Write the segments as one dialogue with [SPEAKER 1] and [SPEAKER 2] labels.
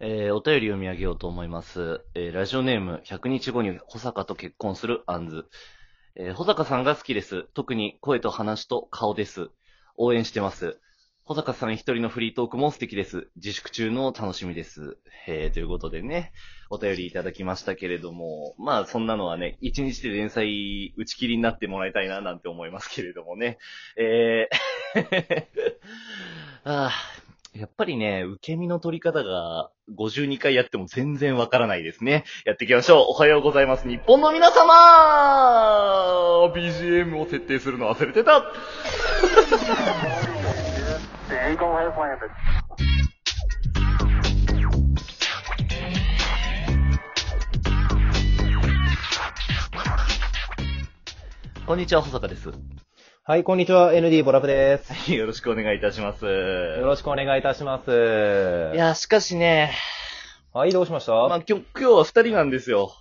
[SPEAKER 1] 便り読み上げようと思います。えーラジオネーム、100日後に保坂と結婚するアンズ。えー保坂さんが好きです。特に声と話と顔です。応援してます。保坂さん一人のフリートークも素敵です。自粛中の楽しみです。えーということでね、お便りいただきましたけれども、まあそんなのはね、一日で連載打ち切りになってもらいたいななんて思いますけれどもね。えー ああ、やっぱりね、受け身の取り方が52回やっても全然わからないですね。やっていきましょう。おはようございます。日本の皆様 !BGM を設定するの忘れてた
[SPEAKER 2] The Eagle has landed.
[SPEAKER 1] こんにちは、保坂です。
[SPEAKER 3] はい、こんにちは。ND ボラプです。
[SPEAKER 1] よろしくお願いいたします。
[SPEAKER 3] よろしくお願いいたします。
[SPEAKER 1] いや、しかしね、
[SPEAKER 3] はい、どうしました、
[SPEAKER 1] まあ、今日、今日は二人なんですよ。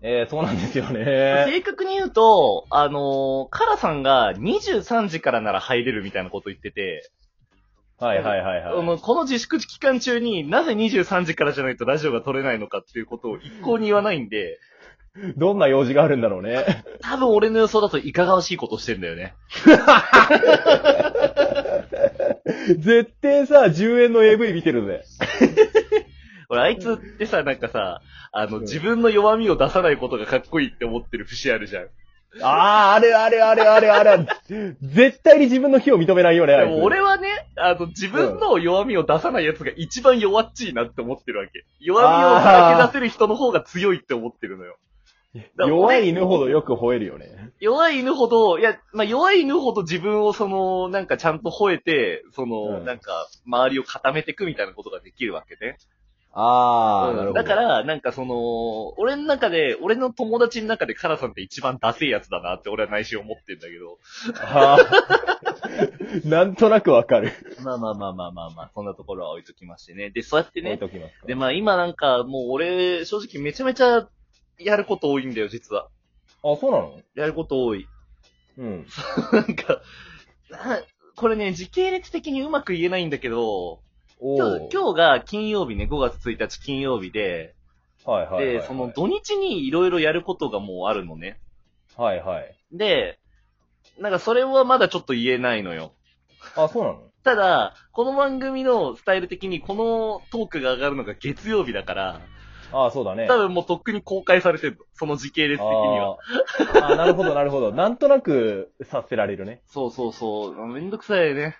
[SPEAKER 3] えー、そうなんですよ ね。
[SPEAKER 1] 正確に言うと、あのーカラさんが23時からなら入れるみたいなこと言ってて、
[SPEAKER 3] はいはいはいはい。
[SPEAKER 1] もうこの自粛期間中になぜ23時からじゃないとラジオが撮れないのかっていうことを一向に言わないんで、
[SPEAKER 3] どんな用事があるんだろうね。
[SPEAKER 1] 多分俺の予想だといかがわしいことしてんだよね。
[SPEAKER 3] 絶対さ、10円の AV 見てるぜ。
[SPEAKER 1] 俺、あいつってさ、なんかさ、あの、
[SPEAKER 3] うん
[SPEAKER 1] 自分の弱みを出さないことがかっこいいって思ってる節あるじゃん。
[SPEAKER 3] あー、あれあれあれあれあれ。絶対に自分の非を認めないよね。
[SPEAKER 1] で
[SPEAKER 3] あいつ
[SPEAKER 1] も俺はね、あの、自分の弱みを出さないやつが一番弱っちいなって思ってるわけ。弱みをさらけ出せる人の方が強いって思ってるのよ。だから
[SPEAKER 3] 弱
[SPEAKER 1] 俺
[SPEAKER 3] い犬ほどよく吠えるよね。
[SPEAKER 1] 弱い犬ほど、いや、まあ、弱い犬ほど自分をその、なんかちゃんと吠えて、その、
[SPEAKER 3] うん
[SPEAKER 1] なんか、周りを固めていくみたいなことができるわけね。
[SPEAKER 3] あー、なるほど。
[SPEAKER 1] だか、ら、なんかその、俺の中で、俺の友達の中でカラさんって一番ダセいやつだなって俺は内心思ってんだけど。
[SPEAKER 3] あー なんとなくわかる。
[SPEAKER 1] まあまあまあまあまあまあ、そんなところは置いときましてね。で、そうやって
[SPEAKER 3] 置い
[SPEAKER 1] ね。
[SPEAKER 3] ときますか
[SPEAKER 1] で、まあ今なんかもう俺、正直めちゃめちゃやること多いんだよ、実は。
[SPEAKER 3] あ、そうなの
[SPEAKER 1] やること多い。
[SPEAKER 3] うん。
[SPEAKER 1] なんか、なこれね、時系列的にうまく言えないんだけど、
[SPEAKER 3] お
[SPEAKER 1] 今日今日が金曜日ね、5月1日金曜日で、
[SPEAKER 3] 日、はいはいはいはい、
[SPEAKER 1] で、その土日にいろいろやることがもうあるのね。
[SPEAKER 3] はいはい。
[SPEAKER 1] で、なんかそれはまだちょっと言えないのよ。
[SPEAKER 3] あ、そうなの
[SPEAKER 1] ただ、この番組のスタイル的にこのトークが上がるのが月曜日だから、
[SPEAKER 3] ああ、そうだね。
[SPEAKER 1] 多分もうとっくに公開されてるの。その時系列的には。
[SPEAKER 3] あーあー、なるほど、なるほど。なんとなく察せられるね。
[SPEAKER 1] そうそうそう。めんどくさいね。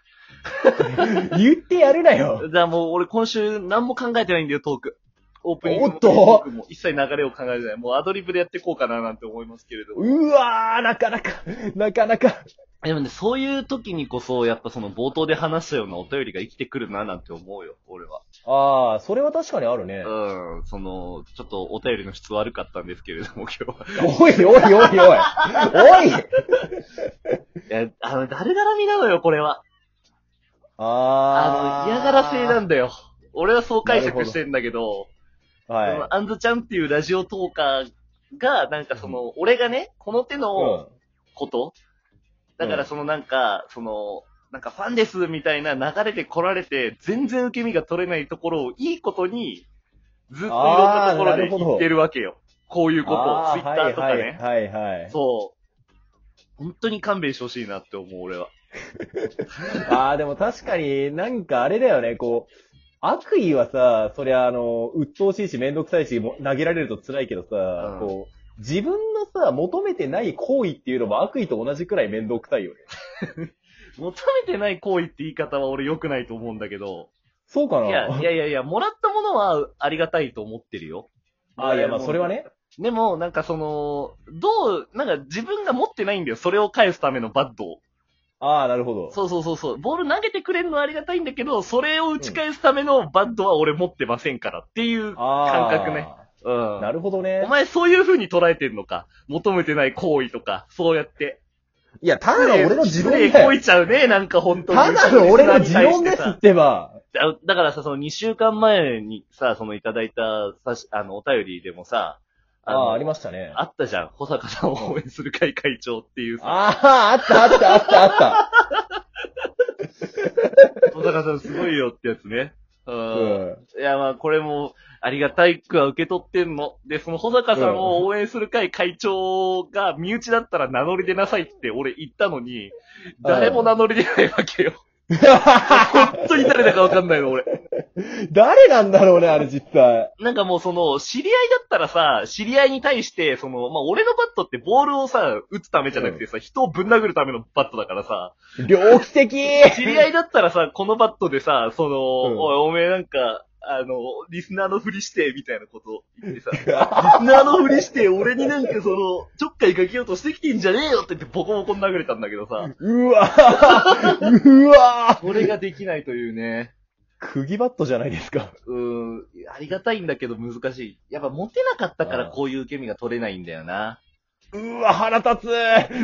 [SPEAKER 3] 言ってやるなよ。
[SPEAKER 1] じゃあもう俺今週何も考えてないんだよ、トーク。オープニングも
[SPEAKER 3] おっと
[SPEAKER 1] トークも一切流れを考えてない。もうアドリブでやっていこうかななんて思いますけれども。
[SPEAKER 3] うわー、なかなか、なかなか。
[SPEAKER 1] でもね、そういう時にこそ、やっぱその冒頭で話したようなお便りが生きてくるななんて思うよ、俺は。
[SPEAKER 3] ああ、それは確かにあるね。
[SPEAKER 1] うん、その、ちょっとお便りの質悪かったんですけれども、今日は。
[SPEAKER 3] おいおいおいおい。おい
[SPEAKER 1] いや、あの、誰がらみなのよ、これは。
[SPEAKER 3] あ
[SPEAKER 1] あ
[SPEAKER 3] ー。
[SPEAKER 1] の、嫌がらせなん
[SPEAKER 3] だ。
[SPEAKER 1] だよ。俺はそう解釈してんだけど、そ
[SPEAKER 3] はい。
[SPEAKER 1] のアンズちゃんっていうラジオトーカーが、なんかその、俺がね、この手のこと、だからそのなんか、その、なんかファンですみたいな流れて来られて、全然受け身が取れないところをいいことに、ずっといろんなところ
[SPEAKER 3] あーな
[SPEAKER 1] で
[SPEAKER 3] るほど
[SPEAKER 1] 言ってるわけよ。こういううことを、
[SPEAKER 3] あ
[SPEAKER 1] ツイ
[SPEAKER 3] ー
[SPEAKER 1] ッターとかね。
[SPEAKER 3] はいはいはいはい。
[SPEAKER 1] そう。本当に勘弁してほしいなって思う、俺は。
[SPEAKER 3] ああ、でも確かになんかあれだよね、こう。悪意はさ、そりゃあの、鬱陶しいしめんどくさいし、も投げられると辛いけどさ、
[SPEAKER 1] うん
[SPEAKER 3] こう、自分のさ、求めてない行為っていうのも悪意と同じくらいめんどくさいよね。
[SPEAKER 1] 求めてない行為って言い方は俺良くないと思うんだけど。
[SPEAKER 3] そうか
[SPEAKER 1] い
[SPEAKER 3] な
[SPEAKER 1] や、いやいやいや、もらったものはありがたいと思ってるよ。
[SPEAKER 3] あいや、まあそれは。ね。
[SPEAKER 1] でも、なんかその、どう、なんか自分が持ってないんだよ。それを返すためのバットを。
[SPEAKER 3] ああ、なるほど。
[SPEAKER 1] そうそうそうそう。ボール投げてくれるのはありがたいんだけど、それを打ち返すためのバットは俺持ってませんからっていう。
[SPEAKER 3] ああ。
[SPEAKER 1] 感覚ね。うん。
[SPEAKER 3] なるほどね。
[SPEAKER 1] お前そういう風に捉えてんのか。求めてない行為とか、そうやって。
[SPEAKER 3] いや、ただの俺の持論
[SPEAKER 1] ねえ、
[SPEAKER 3] だ
[SPEAKER 1] こい
[SPEAKER 3] よ。
[SPEAKER 1] ちゃうね、なんか本当に。
[SPEAKER 3] ただの俺の持論ですってば。
[SPEAKER 1] だだからさ、その2週間前にさ、そのいただいたさし、あの、お便りでもさ、
[SPEAKER 3] あ
[SPEAKER 1] の
[SPEAKER 3] あ、ありましたね。
[SPEAKER 1] あったじゃん。保坂さんを応援する会会長っていうさ、
[SPEAKER 3] ああ、あったあったあったあった。
[SPEAKER 1] 保坂さんすごいよってやつね。うん。
[SPEAKER 3] う
[SPEAKER 1] いや、まあ、これも、ありがたいくは受け取ってんの。で、その保坂さんを応援する会会長が、身内だったら名乗り出なさいって俺言ったのに、誰も名乗り出ないわ けよ。
[SPEAKER 3] ん。
[SPEAKER 1] 本当に誰だかわかんないの、俺。
[SPEAKER 3] 誰なんだろうね、あれ実際。
[SPEAKER 1] なんかもうその、知り合いだったらさ、知り合いに対して、その、まあ、俺のバットってボールをさ、打つためじゃなくてさ、人をぶん殴るためのバットだからさ、
[SPEAKER 3] 猟奇的
[SPEAKER 1] 知り合いだったらさ、このバットでさ、その、
[SPEAKER 3] うん
[SPEAKER 1] おい、おめえなんか、あの、リスナーのふりして、みたいなこと言ってさ、リスナーのふりして、俺になんかその、ちょっかいかけようとしてきてんじゃねえよって言ってボコボコに殴れたんだけどさ、
[SPEAKER 3] うわぁうわぁ
[SPEAKER 1] これができないというね。
[SPEAKER 3] 釘バットじゃないですか。
[SPEAKER 1] うーん、ありがたいんだけど難しい。やっぱモテなかったからこういう受け身が取れないんだよな。
[SPEAKER 3] うわ腹立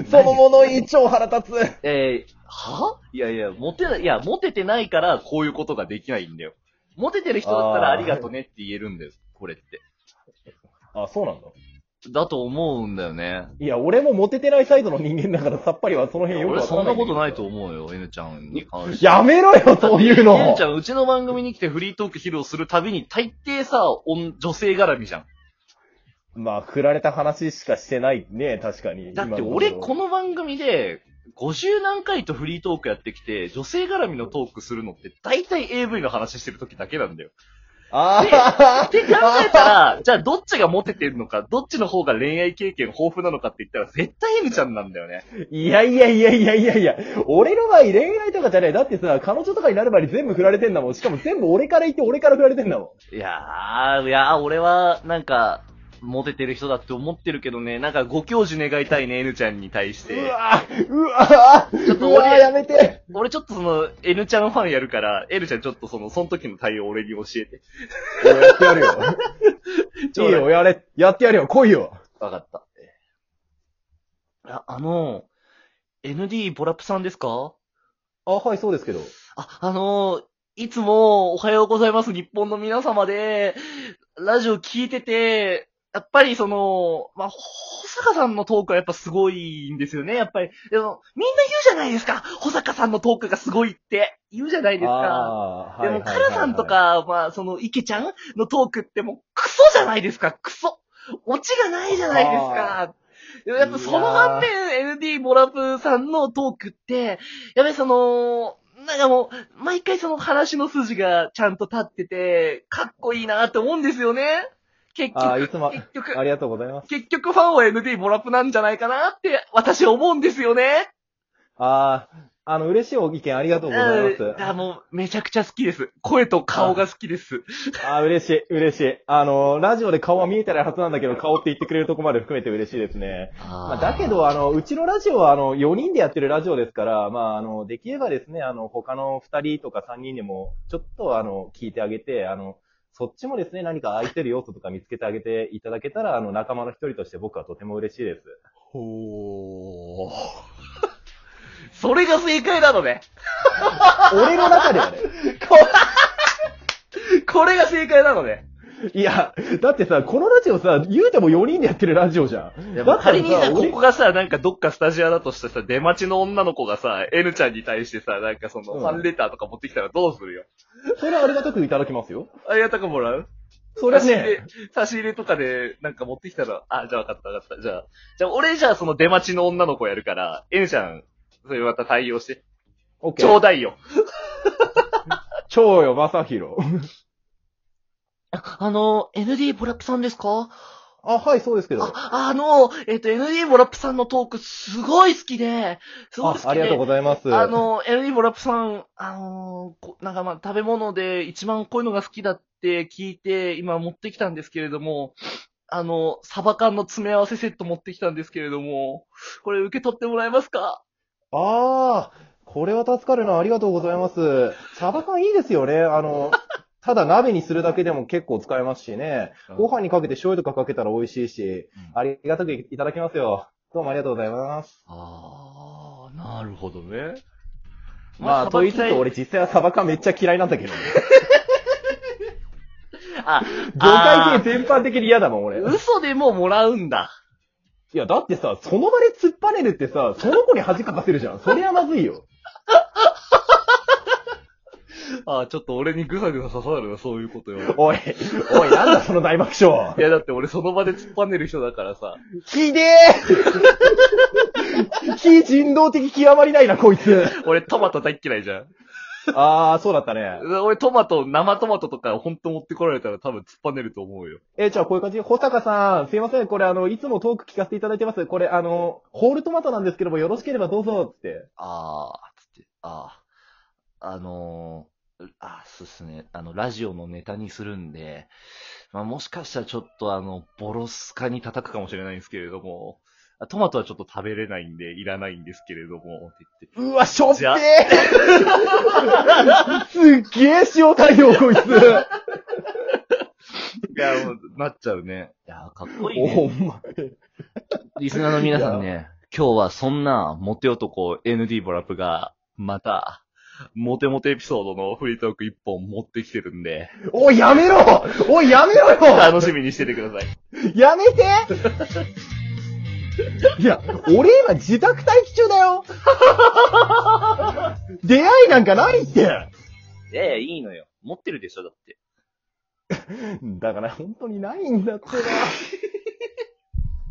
[SPEAKER 3] つそのもの以上腹立つ
[SPEAKER 1] えー、はいやいや、モテない、いや、モテてないからこういうことができないんだよ。モテてる人だったら
[SPEAKER 3] あ
[SPEAKER 1] あ
[SPEAKER 3] ー
[SPEAKER 1] りがとねって言えるんだよ、これって。
[SPEAKER 3] あ、そうなんだ。
[SPEAKER 1] だと思うんだよね。
[SPEAKER 3] いや、俺もモテてないサイドの人間だからさっぱりはその辺よく
[SPEAKER 1] 俺
[SPEAKER 3] わか
[SPEAKER 1] そ
[SPEAKER 3] ら
[SPEAKER 1] ん
[SPEAKER 3] な。
[SPEAKER 1] ないことないと思うよ、N ちゃんに関して。
[SPEAKER 3] やめろよ、そうい
[SPEAKER 1] だって
[SPEAKER 3] うの
[SPEAKER 1] N ちゃん、うちの番組に来てフリートーク披露するたびに大抵さ、女女性絡みじゃん。
[SPEAKER 3] まあ、振られた話しかしてないね、確かに。
[SPEAKER 1] だって俺、
[SPEAKER 3] 今のと
[SPEAKER 1] こ
[SPEAKER 3] こ
[SPEAKER 1] の番組で、50何回とフリートークやってきて、女性絡みのトークするのって、大体 AV の話してる時だけなんだよ。
[SPEAKER 3] ろあ
[SPEAKER 1] って考えた ら、じゃあどっちがモテてるのか、どっちの方が恋愛経験豊富なのかって言ったら、絶対 N ちゃんなんだよね。
[SPEAKER 3] ーいやいやいやいやいやいや、俺の場合恋愛とかじゃない。だってさ、彼女とかになる前に全部振られてんだもん。しかも全部俺から言って俺から振られてんだもん。
[SPEAKER 1] いやー、いやー、俺は、なんか、モテてる人だって思ってるけどね、なんかご教授願いたいね、N ちゃんに対し
[SPEAKER 3] う
[SPEAKER 1] て。
[SPEAKER 3] わぁうわぁ
[SPEAKER 1] ちょっと
[SPEAKER 3] う
[SPEAKER 1] 俺
[SPEAKER 3] わぁやめて
[SPEAKER 1] 俺ちょっとその、N ちゃんファンやるから、N ちゃんちょっとその、その時の対応俺に教えて。
[SPEAKER 3] やってやる よ。
[SPEAKER 1] ちょ
[SPEAKER 3] いうい
[SPEAKER 1] だい
[SPEAKER 3] よ、やれ、やってやるよ、来いよ。
[SPEAKER 1] わかった。あ、あの、ND ボラップさんですか
[SPEAKER 3] あ、はい、そうですけど。
[SPEAKER 1] あ、あの、いつもおはようございます日本の皆様で、ラジオ聞いてて、やっぱりその、まあ、保坂さんのトークはやっぱすごいんですよね、やっぱり。でも、みんな言うじゃないですか保坂さんのトークがすごいって。言うじゃないですか。
[SPEAKER 3] あー
[SPEAKER 1] でも、カラさんと、か、まあ、その、池ちゃんのトークってもう、クソじゃないですか、クソオチがないじゃないですか。でもやっぱその反面、ND ボラブさんのトークって、やっぱりその、なんかもう、毎回その話の筋がちゃんと立ってて、かっこいいなって思うんですよね。結
[SPEAKER 3] あ
[SPEAKER 1] 局、
[SPEAKER 3] ーいつも、
[SPEAKER 1] 結局
[SPEAKER 3] あ、りがとうございます。
[SPEAKER 1] 結局ファンは ND ボラップなんじゃないかなって、私思うんですよね。
[SPEAKER 3] あー、あの、嬉しいお意見ありがとうござ
[SPEAKER 1] う
[SPEAKER 3] い
[SPEAKER 1] ん
[SPEAKER 3] ま
[SPEAKER 1] あもう、めちゃくちゃ好きです。声と顔が好きです。
[SPEAKER 3] す。あー、嬉しい、嬉しい。あの、ラジオで顔は見えてないはずなんだけど、顔って言ってくれるとこまで含めて嬉しいですね。まあ、だけど、あの、うちのラジオは、あの、4人でやってるラジオですから、まあ、あの、できればですね、あの、他の2人とか3人でも、ちょっと、あの、聞いてあげて、あの、そっちもですね、何か空いてる要素とか見つけてあげていただけたら、あの、仲間の一人として僕はとても嬉しいです。
[SPEAKER 1] ほー。 それが正解なのね。
[SPEAKER 3] 俺の中ではね。
[SPEAKER 1] これが正解なのね。
[SPEAKER 3] いや、だってさ、このラジオさ、言うても4人でやってるラジオじゃん。だったら
[SPEAKER 1] 仮にさ、こ
[SPEAKER 3] 俺
[SPEAKER 1] こがさ、なんかどっかスタジアだとしてさ、出待ちの女の子がさ、N ちゃんに対してさ、なんかその、
[SPEAKER 3] うん
[SPEAKER 1] ファンレターとか持ってきたらどうするよ。
[SPEAKER 3] それはありがたくいただきますよ。
[SPEAKER 1] ありがたくもらう
[SPEAKER 3] それは
[SPEAKER 1] 差し入
[SPEAKER 3] ね
[SPEAKER 1] れ、差し入れとかで、なんか持ってきたら、あ、じゃあ分かった分かった。じゃあ、じゃあ俺じゃあその出待ちの女の子やるから、N ちゃん、それまた対応して、
[SPEAKER 3] オッケ
[SPEAKER 1] ちょう
[SPEAKER 3] ー。
[SPEAKER 1] だいよ。
[SPEAKER 3] 超よ、まさひろ。
[SPEAKER 1] あの、ND ボラップさんですか
[SPEAKER 3] あ、はい、そうですけど。
[SPEAKER 1] あ、あの、えっ、と、ND ボラップさんのトークすごい好きで、すごい
[SPEAKER 3] あ
[SPEAKER 1] 好きで。
[SPEAKER 3] ありがとうございます。
[SPEAKER 1] あの、ND ボラップさん、あのこなんかまあ、食べ物で一番こういうのが好きだって聞いて、今持ってきたんですけれども、あの、サバ缶の詰め合わせセット持ってきたんですけれども、これ受け取ってもらえますか
[SPEAKER 3] ああ、これは助かるな。ありがとうございます。サバ缶いいですよね。あの、ただ鍋にするだけでも結構使えますしね。ご飯にかけて醤油とかかけたら美味しいし、ありがたくいただきますよ。どうもありがとうございます。
[SPEAKER 1] ああ、なるほどね。
[SPEAKER 3] まあ、
[SPEAKER 1] サ
[SPEAKER 3] と
[SPEAKER 1] バ
[SPEAKER 3] 言い
[SPEAKER 1] 缶
[SPEAKER 3] つつ俺実際はサバ缶めっちゃ嫌いなんだけどね。
[SPEAKER 1] あ、
[SPEAKER 3] 魚介系全般的に嫌だもん、俺。い
[SPEAKER 1] 嘘でももらうんだ。
[SPEAKER 3] や、だってさ、その場で突っぱねるってさ、その子に恥かかせるじゃん。そりゃまずいよ。
[SPEAKER 1] ああ、ちょっと俺にぐさぐさ刺さるな、そういうことよ。
[SPEAKER 3] おい、おい、なんだその大爆笑
[SPEAKER 1] いや、だって俺その場で突っ張ねる人だからさ。
[SPEAKER 3] ひでえ 非人道的極まりないな、こいつ。
[SPEAKER 1] 俺トマト大っ嫌いじゃん。
[SPEAKER 3] あー、そうだったね。
[SPEAKER 1] 俺トマト、生トマトとかほんと持ってこられたら多分突っ張ねると思うよ。
[SPEAKER 3] えーじゃあこういう感じ保坂さん、すいません、これあの、いつもトーク聞かせていただいてます。これあの、ホールトマトなんですけども、よろしければどうぞ、つって。
[SPEAKER 1] ああ、つって、ああ、あのー、あーそうっすね。あの、ラジオのネタにするんで、まあ、もしかしたらちょっとあの、ボロスカに叩くかもしれないんですけれども、あトマトはちょっと食べれないんで、いらないんですけれども、って言って。
[SPEAKER 3] うわ、しょっぺ
[SPEAKER 1] じゃ
[SPEAKER 3] ー すっげえ塩対応、こいつ。
[SPEAKER 1] いや、もう、なっちゃうね。いや、かっこいい、ね。
[SPEAKER 3] お前。
[SPEAKER 1] リスナーの皆さんね、今日はそんなモテ男 ND ボラップが、また、モテモテエピソードのフリートーク一本持ってきてるんで、
[SPEAKER 3] おい、やめろおい、やめろよ
[SPEAKER 1] 楽しみにしててください。
[SPEAKER 3] やめていや、俺今自宅待機中だよ出会いなんかないって
[SPEAKER 1] いやいや、いいのよ。持ってるでしょ、だって。
[SPEAKER 3] だから本当にないんだってな。